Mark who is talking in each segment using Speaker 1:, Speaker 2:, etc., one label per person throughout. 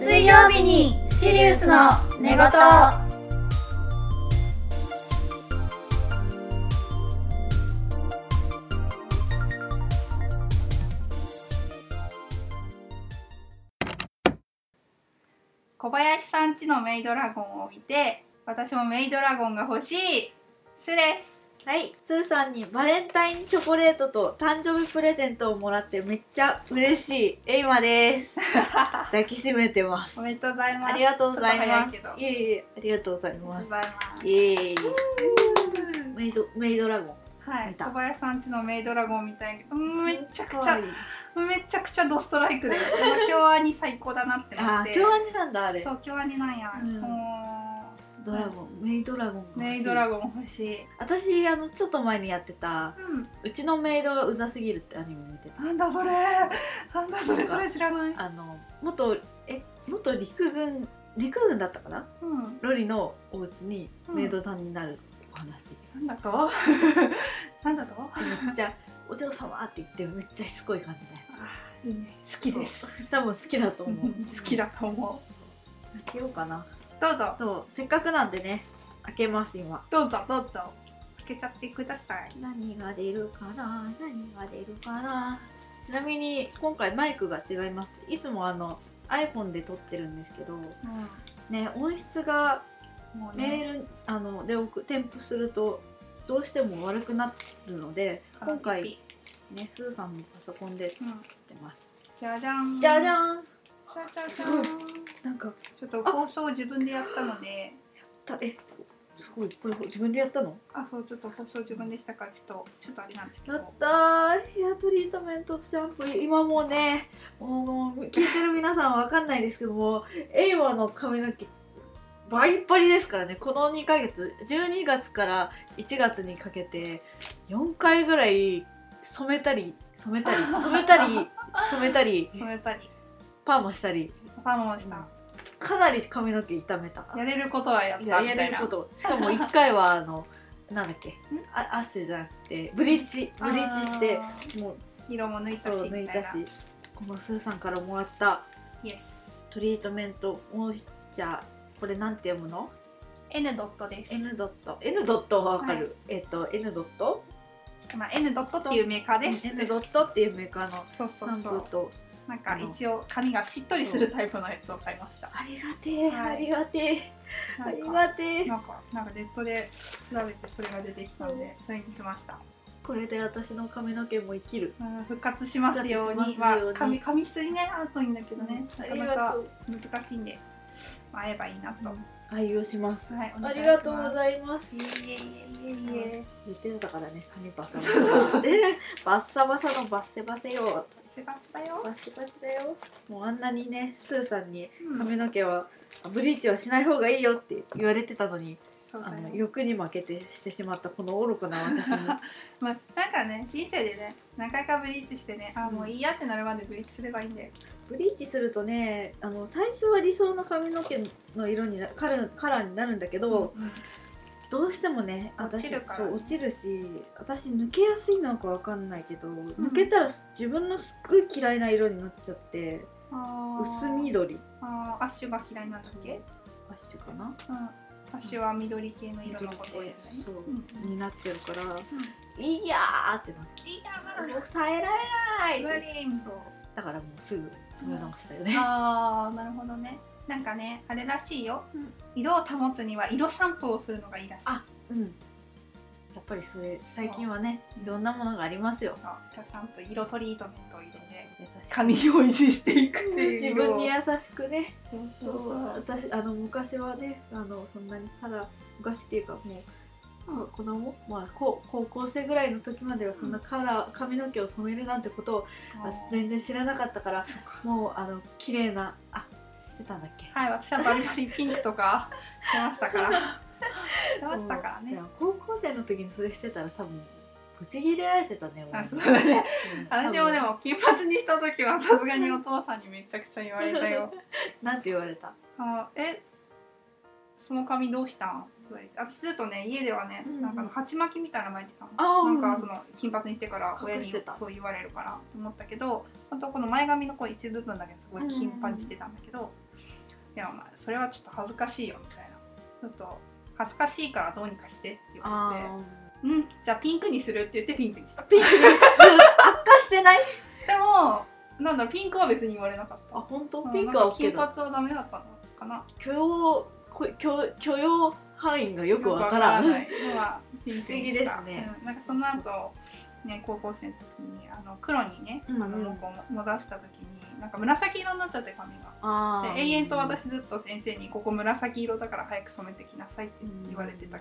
Speaker 1: 水曜日にシリウスの寝言
Speaker 2: 小林さんちのメイドラゴンを見て私もメイドラゴンが欲しいスです
Speaker 1: はい、スーさんにバレンタインチョコレートと誕生日プレゼントをもらってめっちゃ嬉しいエイマ です。抱きしめてます
Speaker 2: お。めでとうございます
Speaker 1: ありがとうございます
Speaker 2: ちょっと早い。
Speaker 1: いえいえ、ありがとうござい
Speaker 2: けどあ
Speaker 1: ま
Speaker 2: りがとう
Speaker 1: す
Speaker 2: ご。ざいます
Speaker 1: イエーイ。メイドメイドラゴン。
Speaker 2: はい
Speaker 1: 見た
Speaker 2: 小林さんちのメイドラゴンみたいうんめちゃくち
Speaker 1: 可
Speaker 2: ゃ
Speaker 1: 愛い
Speaker 2: めちゃくちゃドストライクで京アニ最高だなってな
Speaker 1: あ
Speaker 2: っ
Speaker 1: ー、
Speaker 2: て
Speaker 1: 今日はねなんだあれ。
Speaker 2: そう京アニなんや、
Speaker 1: うん
Speaker 2: も
Speaker 1: ドラゴン、メイドラゴン
Speaker 2: う
Speaker 1: が欲しい。
Speaker 2: メイドラゴン欲しい、
Speaker 1: 私あのちょっと前にやってた
Speaker 2: うん、
Speaker 1: うちのメイドがうざすぎるってアニメ見てた。
Speaker 2: なんだそれなんだそれそれ知らない
Speaker 1: あの元え元陸軍陸軍だったかな？
Speaker 2: うん
Speaker 1: ロリのお家にメイドさんになるお話。
Speaker 2: なんだと なんだと
Speaker 1: めっちゃお嬢様って言ってめっちゃしつこい感じのや
Speaker 2: いいね好き
Speaker 1: つ。
Speaker 2: です。
Speaker 1: 多分好きだと思う。
Speaker 2: 好き。だと思
Speaker 1: 開けようかな。
Speaker 2: うどうぞ
Speaker 1: そうせっかくなんでね開けます今。
Speaker 2: どうぞどうぞ開けちゃってください
Speaker 1: 何が出るかな何が出るかなちなみに今回マイクが違いますいつもあの iPhone で撮ってるんですけどね音質が
Speaker 2: もう
Speaker 1: メ
Speaker 2: ね
Speaker 1: ール、あので送添付するとどうしても悪くなるので今回ねスーさんのパソコンで撮
Speaker 2: うん
Speaker 1: ってます、
Speaker 2: じゃじゃん
Speaker 1: じゃじ
Speaker 2: ん
Speaker 1: ゃーん
Speaker 2: じゃじゃじゃん
Speaker 1: なんか
Speaker 2: ちょっと放送を自分でやったので
Speaker 1: たえすごいこれ自分でやったの
Speaker 2: あそうちょっと放送自分でしたからちょっとちょっとあれなんですけ
Speaker 1: やっ
Speaker 2: ど
Speaker 1: たーヘアトリートメントとシャンプー今もうねもう聞いてる皆さんは分かんないですけどもエイワの髪の毛バリッバリですからねこの2ヶ月12月から1月にかけて4回ぐらい染めたり染め たり染めたり染めたり
Speaker 2: 染めたり
Speaker 1: パーマしたり
Speaker 2: ファンをした
Speaker 1: かなり髪の毛傷めた
Speaker 2: やれることはやっ
Speaker 1: い
Speaker 2: た
Speaker 1: や
Speaker 2: み
Speaker 1: や
Speaker 2: たい
Speaker 1: れる
Speaker 2: な
Speaker 1: ことをしかも1回はあの なんだっけあアッシュじゃなくてブリーチブリーチして
Speaker 2: あー
Speaker 1: もう
Speaker 2: 色も抜いた
Speaker 1: そう
Speaker 2: し
Speaker 1: 抜
Speaker 2: み
Speaker 1: い
Speaker 2: た
Speaker 1: た
Speaker 2: いな
Speaker 1: しこのスーさんからもらった
Speaker 2: イエス
Speaker 1: トリートメントモイスチャーこれなんて読むの
Speaker 2: N ドットです
Speaker 1: N ドット N ドットはわかる、えっと N ドット
Speaker 2: まあ N ドットっていうメーカーです
Speaker 1: N ドットっていうメーカーの
Speaker 2: そうそ
Speaker 1: サ
Speaker 2: う
Speaker 1: ンプ
Speaker 2: そう
Speaker 1: ルと
Speaker 2: なんか一応髪がしっとりするタイプのやつを買いました。
Speaker 1: ありがてえ、
Speaker 2: はい
Speaker 1: ありがてえあ
Speaker 2: なん
Speaker 1: り
Speaker 2: か
Speaker 1: がてえ
Speaker 2: なんかなんかネットで調べてそれが出てきたんでそれにしました。
Speaker 1: これで私の髪の毛も生きる
Speaker 2: うん復活しますよう
Speaker 1: 復活
Speaker 2: に
Speaker 1: しま
Speaker 2: ますあ
Speaker 1: ように
Speaker 2: 髪髪質にね合うといいんだけどね
Speaker 1: あ
Speaker 2: なか
Speaker 1: り
Speaker 2: な
Speaker 1: が
Speaker 2: か
Speaker 1: とう
Speaker 2: 難しいんで、まあ、会えばいいなと。
Speaker 1: 愛用します
Speaker 2: はいお
Speaker 1: あ
Speaker 2: 願い
Speaker 1: り
Speaker 2: し
Speaker 1: がとう
Speaker 2: ま
Speaker 1: ご
Speaker 2: す。
Speaker 1: ざいます
Speaker 2: いえいえいえいえ。
Speaker 1: 言ってたからね髪バサバ
Speaker 2: そうそうそ
Speaker 1: サ
Speaker 2: う
Speaker 1: でバッサバサのバッセバセよ
Speaker 2: しばしばよ。
Speaker 1: バシバシだよもうあんなにねスーさんに
Speaker 2: うん
Speaker 1: 髪の毛はあブリーチはしない方がいいよって言われてたのに
Speaker 2: そう
Speaker 1: あ
Speaker 2: だ
Speaker 1: の
Speaker 2: よ。
Speaker 1: 欲に負けてしてしまったこの愚かな私に
Speaker 2: まあなんかね人生でね何回かブリーチしてねあーもういいやってなるまでブリーチすればいいんだよ。
Speaker 1: ブリーチするとねあの最初は理想の髪の毛の色になカラーカラーになるんだけど、
Speaker 2: うん
Speaker 1: どうしてもね私
Speaker 2: 落ちるから
Speaker 1: そう落ちるし私抜けやすいのかわかんないけど、抜けたら自分のすっごい嫌いな色になっちゃって
Speaker 2: あー
Speaker 1: 薄緑
Speaker 2: あーアッシュが嫌いなんだっけ？
Speaker 1: アッシュかな
Speaker 2: うん、足は緑系の色のことを言うんだよね。
Speaker 1: そう、
Speaker 2: うん
Speaker 1: になっちゃうから、
Speaker 2: う
Speaker 1: いやーってなって
Speaker 2: いいな
Speaker 1: もう耐えられ
Speaker 2: ブ
Speaker 1: ない
Speaker 2: リン ボ
Speaker 1: だからもうすぐ染め直したよね、
Speaker 2: ああ、なるほどね。なんかね、あれらしいよ。
Speaker 1: うん
Speaker 2: 色を保つには色シャンプーをするのがいいらしい。
Speaker 1: あうん、やっぱりそれ最近はねいろんなものがありますよ
Speaker 2: そう色シャンプー、色トリートメントを入れて、
Speaker 1: 優しく
Speaker 2: 髪を維持していくっていう。
Speaker 1: 自分に優しくね
Speaker 2: そうそ
Speaker 1: そう
Speaker 2: そう
Speaker 1: 私あの昔はねあのそんなにただ昔っていうかもう、
Speaker 2: うん
Speaker 1: 子供まあ高高校生ぐらいの時まではそんなカラー、髪の毛を染めるなんてことを
Speaker 2: あー
Speaker 1: 全然知らなかったからもうあの綺麗なあしてたんだっけ
Speaker 2: はい、私はバリバリピンクとかしてましたから。してましたから
Speaker 1: い
Speaker 2: ね
Speaker 1: や。高校生の時にそれしてたら多分ぶち切れられてたね
Speaker 2: あそうだね、
Speaker 1: 俺
Speaker 2: 私もでも金髪にした時はさすがにお父さんにめちゃくちゃ言われたよ。
Speaker 1: なんて言われた
Speaker 2: あえその髪どうしたん?」って言われて私ずっとね家ではね、
Speaker 1: うんうん
Speaker 2: なんかあの鉢巻きみたいなの巻いてたの
Speaker 1: あー
Speaker 2: なんかその金髪にしてから親
Speaker 1: 隠
Speaker 2: に
Speaker 1: してた
Speaker 2: そう言われるからと思ったけど本当この前髪のこう一部分だけすごい金髪にしてたんだけど、やお前それはちょっと恥ずかしいよ」みたいな「ちょっと恥ずかしいからどうにかして」って言われて
Speaker 1: あ
Speaker 2: 「うんじゃあピンクにする」って言ってピンクにした
Speaker 1: ーピンクずっと悪化してない
Speaker 2: でもなんだろうピンクは別に言われなかった
Speaker 1: あ本当
Speaker 2: うん
Speaker 1: ピンクは OK
Speaker 2: なん
Speaker 1: だ
Speaker 2: か金髪はダメだったのかな
Speaker 1: 許容こ許許容範囲がよくわからん
Speaker 2: よくわないのはピンクにした
Speaker 1: 不思議ですね、
Speaker 2: うん、なんかその後ね高校生の時にあの黒にね、
Speaker 1: うんうん
Speaker 2: あのもこを戻した時になんか紫色になっちゃって髪が。
Speaker 1: あ
Speaker 2: で
Speaker 1: ー
Speaker 2: 永遠と私ずっと先生に「ここ紫色だから早く染めてきなさい」って言われてた、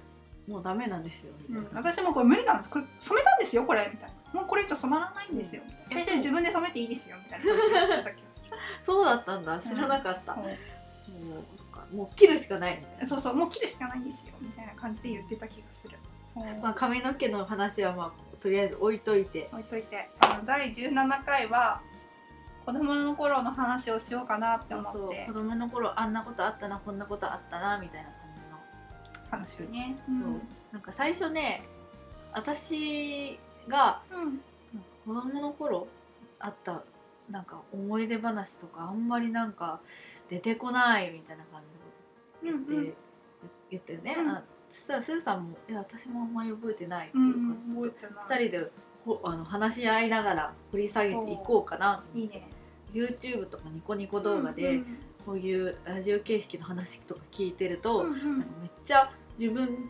Speaker 1: もうダメなんですよ、みたいな
Speaker 2: 私もこれ無理なんですこれ染めたんですよこれみたいなもうこれ以上染まらないんですよ、みたいな
Speaker 1: え
Speaker 2: 先生自分で染めていいですよみたいな感じで言ってた気がす る
Speaker 1: そうだったんだ知らなかった、
Speaker 2: うん
Speaker 1: もうなんかもう切るしかないみたいな
Speaker 2: そうそうもう切るしかないんですよみたいな感じで言ってた気がする、うん
Speaker 1: まあ、髪の毛の話はまあとりあえず置いといて
Speaker 2: 置いといてあの第17回は子供の頃の話をしようかなって
Speaker 1: そう
Speaker 2: 思
Speaker 1: そう
Speaker 2: って
Speaker 1: 子供の頃あんなことあったなこんなことあったなみたいな感じの
Speaker 2: 話をねう
Speaker 1: そうなんか最初ね私が
Speaker 2: ん
Speaker 1: なんか子供の頃あったなんか思い出話とかあんまりなんか出てこないみたいな感
Speaker 2: うんう
Speaker 1: じの
Speaker 2: ん
Speaker 1: こと言って、言ったよね、
Speaker 2: うん
Speaker 1: あそしたらスーさんも「いや私もあんまり覚えてない」って
Speaker 2: う
Speaker 1: い
Speaker 2: ん
Speaker 1: う感じで、
Speaker 2: 覚えてない
Speaker 1: 2人でほあの話し合いながら掘り下げていこうかなと思って
Speaker 2: いいね
Speaker 1: YouTube とかニコニコ動画
Speaker 2: う
Speaker 1: で
Speaker 2: ん
Speaker 1: こういうラジオ形式の話とか聞いてると、
Speaker 2: うんうん
Speaker 1: なんかめっちゃ自分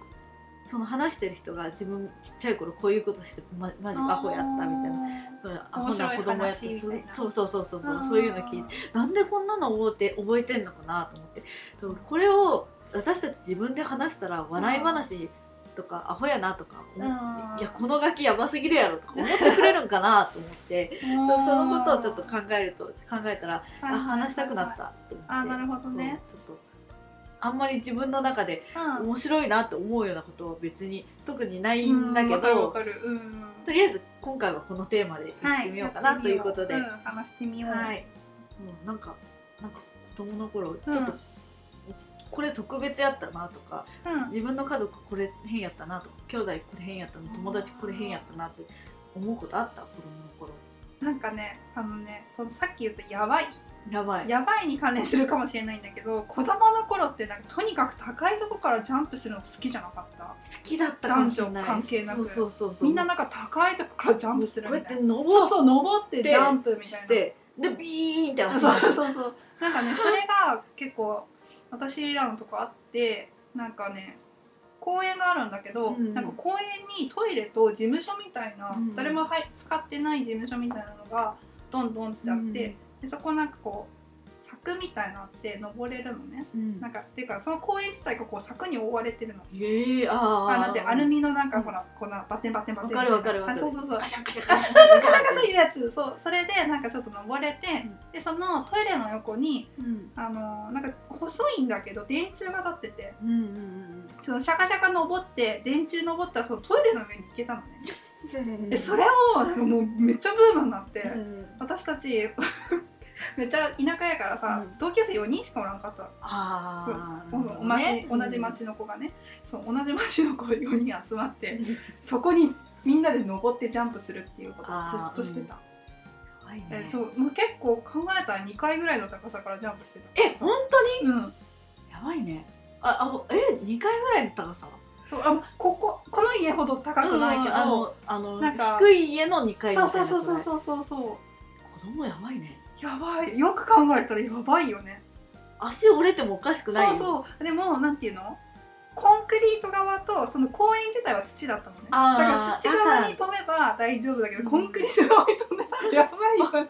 Speaker 1: その話してる人が自分ちっちゃい頃こういうことしてまマジアホやったみたいな。
Speaker 2: な
Speaker 1: アホな子供やって
Speaker 2: 面白い話みたいな
Speaker 1: そうそうそうそうそうそういうの聞いてなんでこんなの覚えて覚えてんのかなと思ってそうこれを私たち自分で話したら笑い話とかアホやなとか思っ
Speaker 2: うん
Speaker 1: ていやこのガキやばすぎるやろとか思ってくれるんかなと思って
Speaker 2: そ
Speaker 1: そそのことをちょっと考えると考えたらあ話したくなったと思って
Speaker 2: あなるほどね
Speaker 1: そうちょっとあんまり自分の中で
Speaker 2: うん
Speaker 1: 面白いなと思うようなことは別に特にない
Speaker 2: うん
Speaker 1: んだけ
Speaker 2: わかるわ
Speaker 1: ど
Speaker 2: かるうん
Speaker 1: とりあえず今回はこのテーマでいってみようかな、
Speaker 2: は
Speaker 1: ということで、
Speaker 2: やってみようん話してみよう
Speaker 1: はい、もうなんかなんか子供の頃ちょ
Speaker 2: うん
Speaker 1: っと、これ特別やったなとか
Speaker 2: うん
Speaker 1: 自分の家族これ変やったなとか兄弟これ変やったな友達これ変やったなって思うことあった子供の頃
Speaker 2: なんかねあのねそのさっき言ったやばい
Speaker 1: やばい
Speaker 2: やばいに関連するかもしれないんだけど子供の頃ってなんかとにかく高いとこからジャンプするの好きじゃなかった
Speaker 1: 好きだったかもしれな
Speaker 2: 男
Speaker 1: い
Speaker 2: 女関係なく
Speaker 1: そうそうそうそう
Speaker 2: みんななんか高いとこからジャンプする
Speaker 1: こうや
Speaker 2: み
Speaker 1: ったて
Speaker 2: いな
Speaker 1: 登
Speaker 2: そう
Speaker 1: っ
Speaker 2: そう登って
Speaker 1: て
Speaker 2: ジャンプみた
Speaker 1: し
Speaker 2: い
Speaker 1: てでビーンって
Speaker 2: な
Speaker 1: 遊
Speaker 2: そう
Speaker 1: ぶ
Speaker 2: そうそうそうなんかねそれが結構私らのとこあってなんかね公園があるんだけど、
Speaker 1: うん
Speaker 2: なんか公園にトイレと事務所みたいな、
Speaker 1: うん
Speaker 2: 誰もはい使ってない事務所みたいなのがどんどんってあって、でそこなんかこう柵みたいなのあって登れるのね
Speaker 1: うん
Speaker 2: なんかっていうかその公園自体がこう柵に覆われてるの。
Speaker 1: へえああ
Speaker 2: あなんてアル
Speaker 1: ミ
Speaker 2: ミのなんかほら、こんなバテンバテンバテンみたいな。
Speaker 1: わかるわかるわか
Speaker 2: あそ
Speaker 1: る
Speaker 2: うそうそう。
Speaker 1: カシャンカシャンカシャ
Speaker 2: な
Speaker 1: ン
Speaker 2: かなかそういうやつ、そうそれでなんかちょっと登れて、
Speaker 1: うん
Speaker 2: でそのトイレの横に
Speaker 1: うん
Speaker 2: あのーなんか細いんだけど電柱が立ってて、
Speaker 1: うんうんうん
Speaker 2: そのシャカシャカ登って電柱登ったらそのトイレの上に行けたのね。
Speaker 1: うん
Speaker 2: でそれをなんかもうめっちゃブームになって、
Speaker 1: うん
Speaker 2: 私たち めっちゃ田舎やからさ、
Speaker 1: うん
Speaker 2: 同級生4人しかおらんかったわけ
Speaker 1: ああ、
Speaker 2: そう同じ、同じ町の子がね、そう同じ町の子4人集まって、
Speaker 1: うん
Speaker 2: そこにみんなで登ってジャンプするっていうことをずっとしてた、
Speaker 1: はいね
Speaker 2: えそうもう結構考えたら2回ぐらいの高さからジャンプしてた
Speaker 1: え本当に
Speaker 2: うん
Speaker 1: やばいねああえ二回ぐらいの高さ
Speaker 2: そうあこここの家ほど高くないけ
Speaker 1: あ
Speaker 2: ど、
Speaker 1: のあの
Speaker 2: なんか
Speaker 1: 低い家の二階みた
Speaker 2: そ
Speaker 1: いうな
Speaker 2: そうそうそうそ
Speaker 1: う
Speaker 2: うそうそ
Speaker 1: 子供やばいね
Speaker 2: うやばいよく考えたらやばいよね
Speaker 1: 足折れてもおかしく
Speaker 2: そ
Speaker 1: ない
Speaker 2: う
Speaker 1: う
Speaker 2: そうでもなんていうのコンクリート側とその公園自体は土だったのねだ
Speaker 1: あー
Speaker 2: から土側に飛べば大丈夫だけ
Speaker 1: うん
Speaker 2: どコンクリート側に飛んだらやばい よね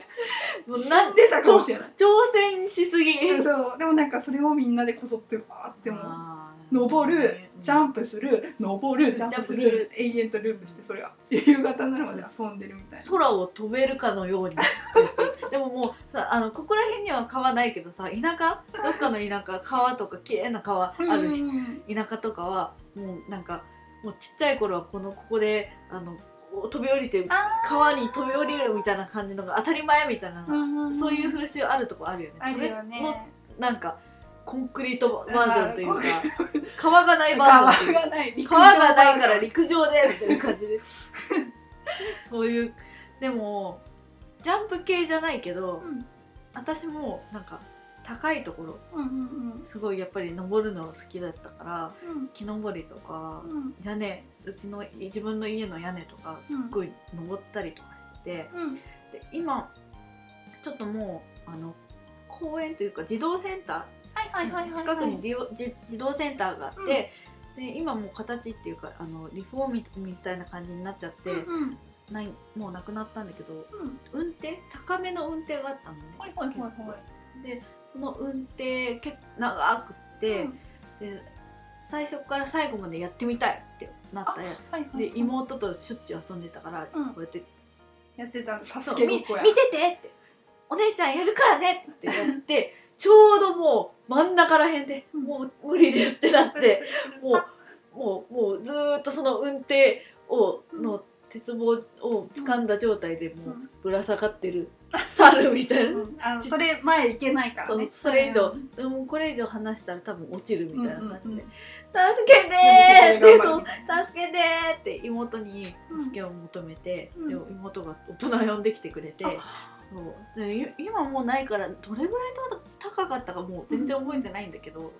Speaker 1: もうなん
Speaker 2: 出たかもしれない
Speaker 1: 挑戦しすぎ
Speaker 2: そうでもなんかそれをみんなでこぞってバーってもう
Speaker 1: あー
Speaker 2: 登るジャンプする登るジャンプする永遠とループしてそれは 夕方になるまで遊んでるみたいな
Speaker 1: 空を飛べるかのよ うにでももうさあのここら辺には川ないけどさ田舎どっかの田舎川とか綺麗な川あるし田舎とかはもうなんかもうちっちゃい頃はこのここであのこう飛び降りて
Speaker 2: あ
Speaker 1: 川に飛び降りるみたいな感じのが当たり前みたいな、そういう風習あるとこあるよね。
Speaker 2: あるよね
Speaker 1: それのなんかコンクリートバージョンというか川がないバ
Speaker 2: 川
Speaker 1: ージョンという
Speaker 2: が
Speaker 1: か
Speaker 2: ない陸上
Speaker 1: 川がないか
Speaker 2: バージ
Speaker 1: ら
Speaker 2: ョン
Speaker 1: 陸上でみたいな感じでそういうでもジャンプ系じゃないけど私もなんか高いところ
Speaker 2: うんうん
Speaker 1: すごいやっぱり登るのが好きだったから
Speaker 2: うん
Speaker 1: 木登りとか
Speaker 2: うん
Speaker 1: 屋根うちの自分の家の屋根とかすっごい登ったりとかしてて、
Speaker 2: うん
Speaker 1: で今ちょっともうあの公園というか児童センタ
Speaker 2: はいはいはいはい
Speaker 1: ー
Speaker 2: はい
Speaker 1: 近くに利用じ児童センターがあって、で今もう形っていうかあのリフォームみたいな感じになっちゃって、
Speaker 2: うんうん
Speaker 1: ないもうなくなったんだけど
Speaker 2: うん
Speaker 1: 運転高めの運転があったのね。
Speaker 2: はいはいはいは
Speaker 1: でこの運転結構長くって、
Speaker 2: うん
Speaker 1: で最初から最後までやってみたいってなっ
Speaker 2: あ
Speaker 1: たや
Speaker 2: はいはい
Speaker 1: で妹としょっちゅう遊んでたから、
Speaker 2: うん
Speaker 1: こうやって
Speaker 2: やってたんだサ
Speaker 1: そ
Speaker 2: ス
Speaker 1: う
Speaker 2: ケ
Speaker 1: み
Speaker 2: ごっ
Speaker 1: 見
Speaker 2: てこや
Speaker 1: てってお姉ちゃんやるからねってやって ちょうどもう真ん中らへんで
Speaker 2: うん
Speaker 1: もう無理ですってなってもうもうもうずーっとその運転を
Speaker 2: うん
Speaker 1: の鉄棒を掴んだ状態でも
Speaker 2: う
Speaker 1: うんぶら下がってる猿みたいな。
Speaker 2: うんあのそれ前いけないから
Speaker 1: そ
Speaker 2: ね
Speaker 1: うそれ以上
Speaker 2: う、
Speaker 1: うん、これ以上話したら多分落ちるみたいな感じで
Speaker 2: う
Speaker 1: 「
Speaker 2: んうんうん
Speaker 1: 助けてー!」って
Speaker 2: で
Speaker 1: そ
Speaker 2: も
Speaker 1: う
Speaker 2: これ
Speaker 1: 「
Speaker 2: が
Speaker 1: 助けてー!」って妹に
Speaker 2: うん
Speaker 1: 助けを求めて、
Speaker 2: うん
Speaker 1: で妹が大人呼んできてくれて、そうでい今もうないからどれぐらい高かったかもう全然覚えてないんだけど、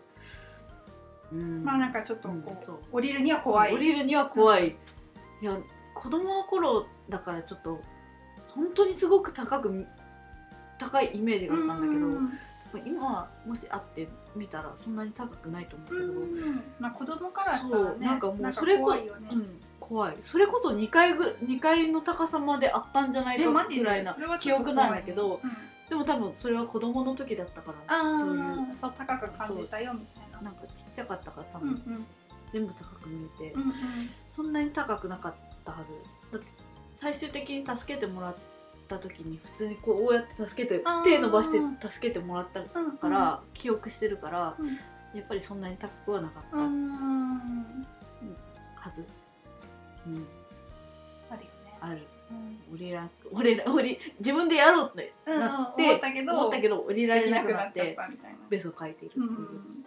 Speaker 1: うん
Speaker 2: まあなんかちょっと
Speaker 1: うんそう
Speaker 2: こう降りるには怖い
Speaker 1: 降りるには怖い、いや子供の頃だからちょっと本当にすごく高く高いイメージがあったんだけど。
Speaker 2: うん
Speaker 1: 今もし会ってみたらそんなに高くないと思うけ
Speaker 2: う
Speaker 1: ど、
Speaker 2: ん
Speaker 1: うん
Speaker 2: まあ子供からしたら
Speaker 1: そう
Speaker 2: ね
Speaker 1: なんかもうそれこ
Speaker 2: 怖いよね、
Speaker 1: 怖いそれこそ2階ぐ2階の高さまであったんじゃない
Speaker 2: え
Speaker 1: か
Speaker 2: マジ
Speaker 1: ぐ
Speaker 2: で
Speaker 1: らいな
Speaker 2: それはち
Speaker 1: 記
Speaker 2: ょっと
Speaker 1: 憶
Speaker 2: 怖い
Speaker 1: なんだけど、
Speaker 2: うん
Speaker 1: でも多分それは子供の時だったから
Speaker 2: ああそう高く感じたよみたいな
Speaker 1: なんかちっちゃかったから多
Speaker 2: うんう
Speaker 1: 分
Speaker 2: ん
Speaker 1: 全部高く見えて、
Speaker 2: うんうん
Speaker 1: そんなに高くなかったはずだって最終的に助けてもらった時に普通にこうやって助けて
Speaker 2: あー
Speaker 1: 手伸ばして助けてもらった
Speaker 2: うんうん
Speaker 1: から、記憶してるから、
Speaker 2: うん
Speaker 1: やっぱりそんなに高くはなかった
Speaker 2: うーん
Speaker 1: はず、うん、
Speaker 2: あるよね
Speaker 1: ある
Speaker 2: うん
Speaker 1: 降りら 降りら降り自分でやろうって
Speaker 2: うん
Speaker 1: なっ、
Speaker 2: 思ってたけど
Speaker 1: 思ったけど降りら
Speaker 2: で
Speaker 1: れ
Speaker 2: き
Speaker 1: な
Speaker 2: な
Speaker 1: く
Speaker 2: く
Speaker 1: な
Speaker 2: な
Speaker 1: っ
Speaker 2: っちゃ
Speaker 1: て
Speaker 2: ったみたいな
Speaker 1: ベソ書いているって
Speaker 2: う
Speaker 1: い
Speaker 2: ん
Speaker 1: う、
Speaker 2: うんうん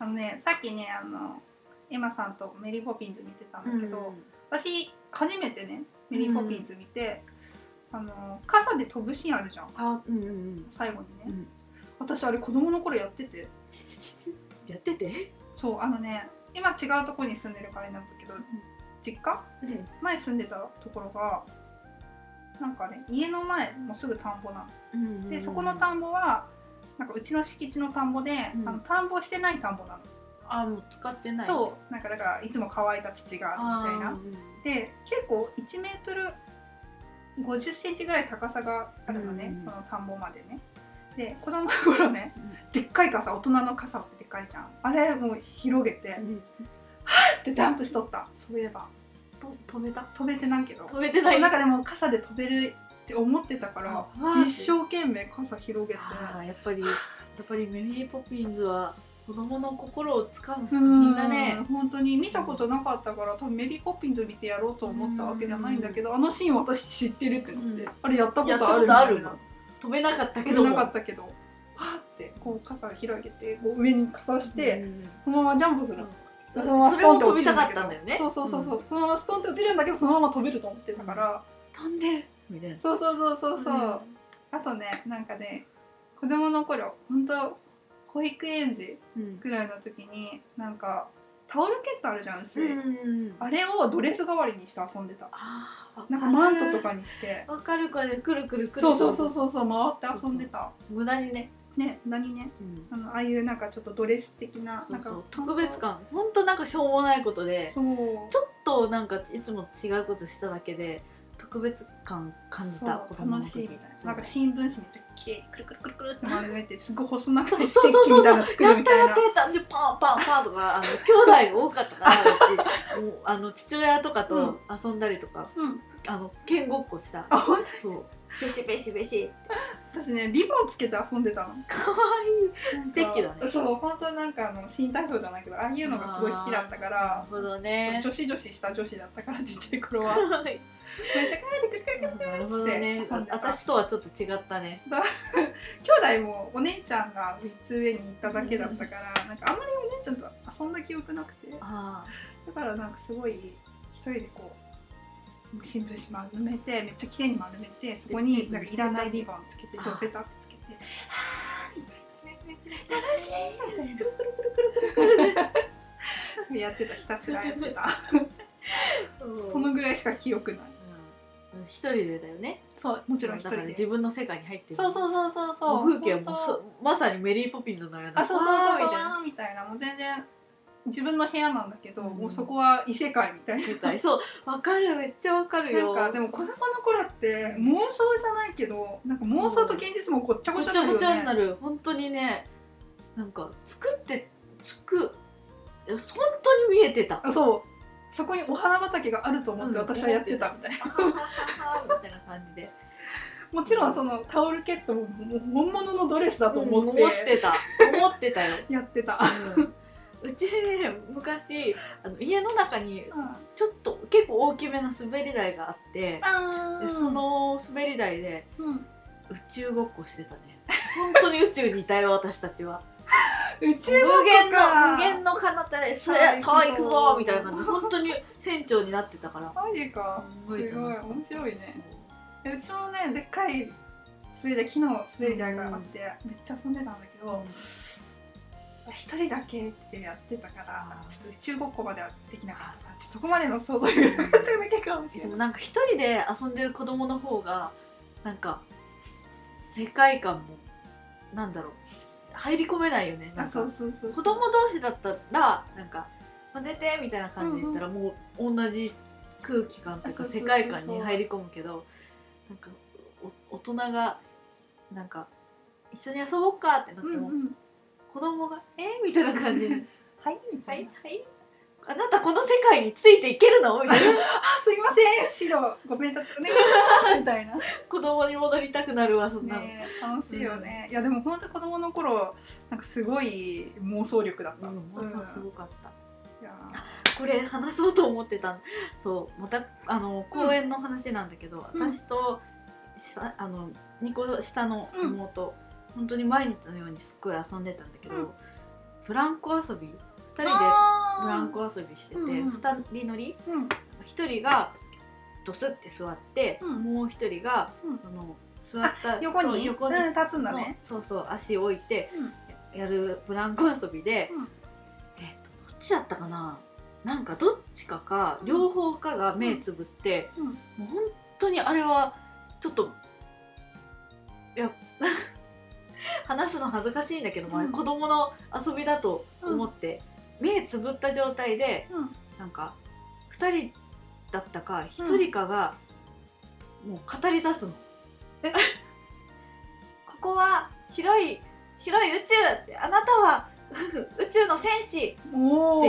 Speaker 2: あのねさっきねあのエマさんとメリー・ポピンズ見てたんだけど、私初めてねメリー・ポピンズ見て、あの傘で飛ぶシーンあるじゃん
Speaker 1: あうんうんうん
Speaker 2: 最後にね、
Speaker 1: うん
Speaker 2: 私あれ子供の頃やってて
Speaker 1: やってて、
Speaker 2: そうあのね今違うとこに住んでるからあれなんだけど、実家前住んでたところがなんかね家の前もうすぐ田んぼな
Speaker 1: うんうんうん
Speaker 2: のでそこの田んぼはなんかうちの敷地の田んぼで、
Speaker 1: うん
Speaker 2: あの田んぼしてない田んぼなの、
Speaker 1: あもう使ってない
Speaker 2: そうなんかだからいつも乾いた土があるみたいな
Speaker 1: あーうん
Speaker 2: で結構1メートル50センチぐらい高さがあるのね、
Speaker 1: うん
Speaker 2: その田んぼまでねで子供の頃ね でっかい傘大人の傘ってでっかいじゃんあれもう広げて
Speaker 1: うん
Speaker 2: でジャンプしとったそういえば
Speaker 1: と止めた
Speaker 2: 飛べてないけど
Speaker 1: 止めてない
Speaker 2: なんかでも傘で飛べるって思ってたか
Speaker 1: あ
Speaker 2: ら
Speaker 1: わーって
Speaker 2: 一生懸命傘広げて
Speaker 1: あーやっぱりやっぱりメリーポピンズは子供の心をつかむ作品だ
Speaker 2: うん
Speaker 1: ね
Speaker 2: 本当に見たことなかったから多分メリー・ポピンズ見てやろうと思ったわけじゃないんだけどあのシーン私知ってるってなって、
Speaker 1: うん
Speaker 2: あれやったこ
Speaker 1: やった
Speaker 2: とある
Speaker 1: こ
Speaker 2: み
Speaker 1: とあ
Speaker 2: た
Speaker 1: る
Speaker 2: いな
Speaker 1: の飛べなかったけ
Speaker 2: 取
Speaker 1: ど
Speaker 2: れ
Speaker 1: も
Speaker 2: なかったけどわーってこう傘広げてこう上に傘して、
Speaker 1: うんうん
Speaker 2: そのままジャンプするの、
Speaker 1: うん
Speaker 2: そのまま
Speaker 1: そ
Speaker 2: ス
Speaker 1: れ
Speaker 2: トン
Speaker 1: も
Speaker 2: って
Speaker 1: 飛
Speaker 2: 落
Speaker 1: び
Speaker 2: ちる
Speaker 1: た
Speaker 2: んだ
Speaker 1: かっ
Speaker 2: け
Speaker 1: た
Speaker 2: ど
Speaker 1: んだよね
Speaker 2: そうそうそうそう、
Speaker 1: ん
Speaker 2: そのままストンって落ちるんだけどそのまま飛べると思ってたから、
Speaker 1: 飛んでるみたいな
Speaker 2: そうそうそうそうそう、あとねなんかね子供の頃本当保育園児
Speaker 1: うん
Speaker 2: ぐらいの時になんかタオルケットあるじゃん薄
Speaker 1: う
Speaker 2: い、
Speaker 1: ん
Speaker 2: あれをドレス代わりにして遊んでた
Speaker 1: あー
Speaker 2: なんかマントとかにして
Speaker 1: わかるかねくるくるくる
Speaker 2: そうそうそうそうそう回って遊んでた
Speaker 1: 無駄にね
Speaker 2: ね何ねあのああいうなんかちょっとドレス的なな
Speaker 1: な
Speaker 2: ん
Speaker 1: ん
Speaker 2: か
Speaker 1: か特別感ほんとなんかしょうもないことで
Speaker 2: そう
Speaker 1: ちょっとなんかいつも違うことしただけで特別感感じ
Speaker 2: そう
Speaker 1: た子供の
Speaker 2: 楽
Speaker 1: 時
Speaker 2: しいみたい
Speaker 1: そう
Speaker 2: ななんか新聞紙めっちゃきれいにくるくるくるくるって丸めてすごい細長いス
Speaker 1: そ
Speaker 2: テ
Speaker 1: う
Speaker 2: ッ
Speaker 1: そう
Speaker 2: キみた
Speaker 1: そうそ
Speaker 2: いうなの作るみたいな
Speaker 1: やったやったでパンパンパンとかあの兄弟が多かったからうちもうあの父親とかと遊んだりとか、
Speaker 2: うん
Speaker 1: あの剣ごっこした
Speaker 2: あ本
Speaker 1: そうベシベシ ベシ
Speaker 2: 当私ねリボンつけて遊んでたの
Speaker 1: かわいい
Speaker 2: 素
Speaker 1: 敵だね
Speaker 2: そう本当なんかあの新体操じゃないけどああいうのがすごい好きだったか
Speaker 1: なる
Speaker 2: ら
Speaker 1: ほどね
Speaker 2: 女子女子した女子だったからちっちゃい頃 は
Speaker 1: はい
Speaker 2: めっちゃ可愛いくるくるくる
Speaker 1: なるほどね
Speaker 2: つって遊んでた
Speaker 1: 私とはちょっと違ったね
Speaker 2: 兄弟もお姉ちゃんが3つ上に行っただけだったからなんかあんまりお姉ちゃんと遊んだ記憶なくてだ
Speaker 1: あ
Speaker 2: からなんかすごい一人でこう新聞紙丸めてめっちゃ綺麗に丸めてそこになんかいらないリボンつけてそうペタってつけて「はあ」みたいな
Speaker 1: しいみたいな
Speaker 2: やってたひたすらやってたそ
Speaker 1: そ
Speaker 2: のぐらいしか記憶ない
Speaker 1: うん一人でだよね
Speaker 2: そうもちろん一人
Speaker 1: だから
Speaker 2: で
Speaker 1: 自分の世界に入ってる
Speaker 2: そうそうそうそうそう
Speaker 1: もう風景はもう
Speaker 2: 本当
Speaker 1: そまさにメリーポピンズのような
Speaker 2: あそうそうそうそう
Speaker 1: わーみた
Speaker 2: みた
Speaker 1: いな
Speaker 2: いなもう全然自分の部屋なんだけど、
Speaker 1: うん
Speaker 2: もうそこは異世界みたいな
Speaker 1: 世界そうわかるめっちゃわかる
Speaker 2: な
Speaker 1: よ
Speaker 2: んかでも子供の頃って妄想じゃないけどなんか妄想と現実もごっちゃご
Speaker 1: ご
Speaker 2: ち
Speaker 1: ち
Speaker 2: ゃ
Speaker 1: ゃ
Speaker 2: だよ
Speaker 1: ごちゃに
Speaker 2: ね
Speaker 1: なる本当にねなんか作って作いや本当に見えてた
Speaker 2: あそうそこにお花畑があると思っ
Speaker 1: うん
Speaker 2: て私はやってたみたいな、
Speaker 1: みたいな感じで
Speaker 2: もちろんそのタオルケットももう本物のドレスだと思っ
Speaker 1: うん思っててた思ってたよ、
Speaker 2: やって た、
Speaker 1: うん、うちね昔あの家の中にちょっと結構大きめな滑り台があって
Speaker 2: あ
Speaker 1: でそ、の滑り台で
Speaker 2: うん、
Speaker 1: 宇宙ごっこしてたね 本当に宇宙にいたよ私たちは
Speaker 2: 宇宙
Speaker 1: 無限
Speaker 2: ごっこか
Speaker 1: の無限の彼方で「さ
Speaker 2: はい
Speaker 1: あ行くぞ」みたいな感じで本当に船長になってたから
Speaker 2: マジかす
Speaker 1: す
Speaker 2: ご
Speaker 1: ご
Speaker 2: い
Speaker 1: い
Speaker 2: 面白いねでうちもねでっかい滑り台木の滑り台があって、めっちゃ遊んでたんだけど一人だけってやってたからちょっと宇宙ごっこまではできなかったそこまでの想像力がなかっただけかもしれ
Speaker 1: で
Speaker 2: ない
Speaker 1: もなんか一人で遊んでる子供の方がなんか世界観もなんだろう入り込めないよねなん
Speaker 2: あ
Speaker 1: か
Speaker 2: そうそうそう
Speaker 1: 子供同士だったらなんか「混ぜて」みたいな感じで言ったら、もう同じ空気感という
Speaker 2: あそう
Speaker 1: か
Speaker 2: そうそう
Speaker 1: 世界観に入り込むけどなんかお大人がなんか「一緒に遊ぼうか」ってなっ
Speaker 2: う
Speaker 1: て
Speaker 2: ん
Speaker 1: も、
Speaker 2: うん
Speaker 1: 子供が「えみたいな 感じで「
Speaker 2: はいは
Speaker 1: はい
Speaker 2: い
Speaker 1: はいあなたこの世界についていけるの?」みたい な
Speaker 2: あすいません白ごめんなさいお願いし ますみたいな
Speaker 1: 子供に戻りたくなるわそんな の。
Speaker 2: ね楽しいよね、いやでも本当子供の頃なんかすごい妄想力だっ
Speaker 1: う
Speaker 2: た、
Speaker 1: ん、もうそうす
Speaker 2: い
Speaker 1: ごかった、
Speaker 2: や
Speaker 1: これ話そうと思ってたそうまたあの公園の話なんだけど、
Speaker 2: うん
Speaker 1: 私と下あの2個下の
Speaker 2: うん
Speaker 1: 妹、本当に毎日のようにすっごい遊んでたんだけど、
Speaker 2: うん
Speaker 1: ブランコ遊び2人で
Speaker 2: あー
Speaker 1: ブランコ遊びしてて、
Speaker 2: うんうん
Speaker 1: 2人乗り
Speaker 2: うん
Speaker 1: 1人がドスって座って、
Speaker 2: うん
Speaker 1: もう1人が、
Speaker 2: うん
Speaker 1: その座った
Speaker 2: 横
Speaker 1: そう
Speaker 2: に
Speaker 1: 横に
Speaker 2: うん、立つんだね
Speaker 1: そうそうそう足置いてやるブランコ遊びで、
Speaker 2: うん
Speaker 1: えっとどっちだったかななんかどっちかか両方かが目つぶって、
Speaker 2: うん
Speaker 1: もう本当にあれはちょっといや 話すの恥ずかしいんだけど、まあ
Speaker 2: うん
Speaker 1: 子供の遊びだと思って、目つぶった状態で
Speaker 2: うんうん
Speaker 1: なんか2人だったか1人かがもう語り出すの。
Speaker 2: え
Speaker 1: ここは広い広い宇宙ってあなたは 宇宙の戦士
Speaker 2: お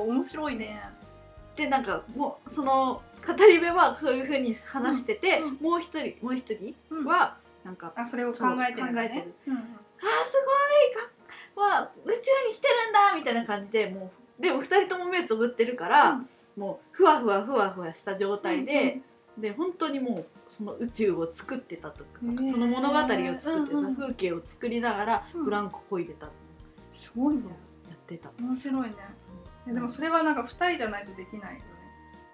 Speaker 2: お面白いね
Speaker 1: ってなんかもうその語り部はそういうふうに話してて、
Speaker 2: うんうん
Speaker 1: もう一人もう一人
Speaker 2: うん
Speaker 1: はなんか「あ
Speaker 2: あそれを考えてるんだ
Speaker 1: そう考えて
Speaker 2: ね
Speaker 1: る
Speaker 2: うん
Speaker 1: あーすごいかわ宇宙に来てるんだ」みたいな感じでもうでも2人とも目つぶってるから、
Speaker 2: うん
Speaker 1: もうふわふわふわふわした状態で。
Speaker 2: うん
Speaker 1: で本当にもうその宇宙を作ってたとか、
Speaker 2: へー
Speaker 1: その物語を作ってた、
Speaker 2: うんうん
Speaker 1: 風景を作りながら
Speaker 2: うん
Speaker 1: ブランコこいでた、
Speaker 2: すごいね
Speaker 1: そうやってた、
Speaker 2: 面白いねいやでもそれはなんか二人じゃないとできないよね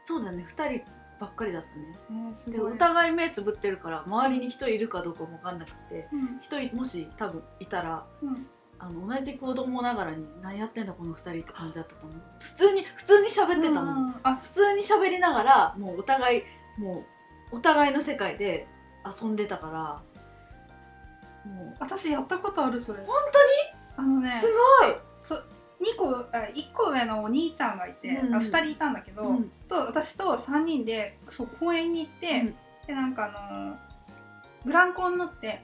Speaker 1: そうだね2人ばっかりだったね
Speaker 2: えー、す
Speaker 1: で
Speaker 2: ごい
Speaker 1: お互い目つぶってるから周りに人いるかどうかも分かんなくて
Speaker 2: うん
Speaker 1: 人いもし多分いたら
Speaker 2: うん
Speaker 1: あの同じ子供ながらに何やってんだこの2人って感じだったと思う普通に普通に喋ってたの、
Speaker 2: うんあ
Speaker 1: 普通に喋りながらもうお互いもうお互いの世界で遊んでたからもう
Speaker 2: 私やったことあるそれ
Speaker 1: 本
Speaker 2: あのね
Speaker 1: すごい
Speaker 2: 二個あ1個上のお兄ちゃんがいて、
Speaker 1: うん
Speaker 2: あ2人いたんだけど、
Speaker 1: うん
Speaker 2: と私と3人でそう公園に行って、
Speaker 1: うん
Speaker 2: でなんかあのーブランコに乗って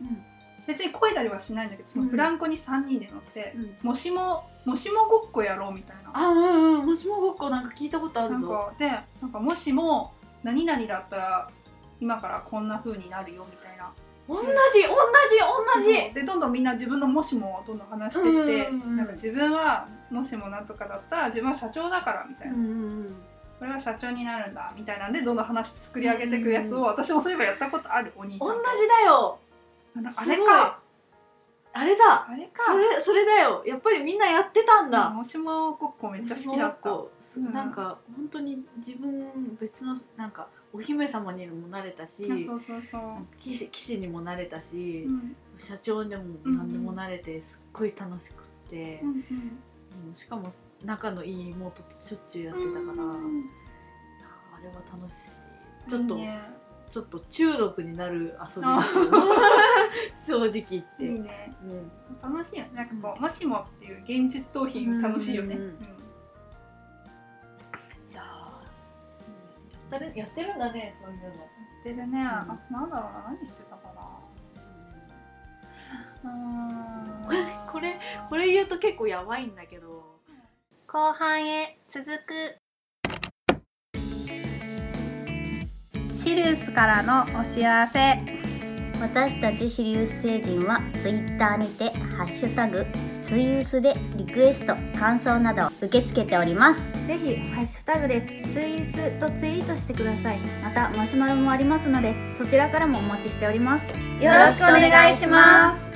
Speaker 2: 別に漕いだりはしないんだけどその
Speaker 1: うん
Speaker 2: ブランコに3人で乗って、
Speaker 1: うん
Speaker 2: もしももしもごっこやろうみたいな
Speaker 1: あうんうんもしもごっこなんか聞いたことあ
Speaker 2: な
Speaker 1: る
Speaker 2: ん
Speaker 1: ぞ
Speaker 2: かでなんかもしも何々だったら今からこんな風になるよみたいな
Speaker 1: 同じ同じ同じ
Speaker 2: でどんどんみんな自分のもしもをどんどん話してって、
Speaker 1: うんうんうん
Speaker 2: なんか自分はもしもなんとかだったら自分は社長だからみたいな
Speaker 1: う。んうんうん
Speaker 2: これは社長になるんだみたいなんでどんどん話作り上げていくやつを私もそういえばやったことあるお兄ちゃんと
Speaker 1: 同じだよ
Speaker 2: あのあ
Speaker 1: すごい
Speaker 2: れか
Speaker 1: あれだ
Speaker 2: あれか
Speaker 1: それそれだよやっぱりみんなやってたんだ
Speaker 2: もしもごっこめっちゃ好きだった
Speaker 1: もし
Speaker 2: う
Speaker 1: もごっこ
Speaker 2: ん
Speaker 1: なんか本当に自分別のなんかお姫様にもなれたし
Speaker 2: いやそうそうそう、
Speaker 1: なんか騎士騎士にもなれたし
Speaker 2: うん
Speaker 1: 社長でも何でもなれてすっごい楽しくて
Speaker 2: う、んうん
Speaker 1: うんしかも仲のいい妹としょっちゅうやってたから、
Speaker 2: うん
Speaker 1: あれは楽しいちょっと
Speaker 2: いいね
Speaker 1: ちょっと中毒になる遊び
Speaker 2: あ
Speaker 1: 正直言って、
Speaker 2: いいね
Speaker 1: うん
Speaker 2: 楽しいよねなんかこう、もしもっていう現実逃避楽しいよね、
Speaker 1: うん
Speaker 2: うん
Speaker 1: いやーややってるんだねそういうの
Speaker 2: やってるね、あなんだろうな何してたかなうーん
Speaker 1: これこれ言うと結構やばいんだけど
Speaker 2: 後半へ続くシリウスからのお知らせ
Speaker 3: 私たちシリウス星人はツイッターにて「ハッシュタグスイウス」でリクエスト感想などを受け付けております
Speaker 4: ぜひハッシュタグでスイスとツイートしてください
Speaker 3: またマシュマロもありますのでそちらからもお待ちしております
Speaker 4: よろしくお願いします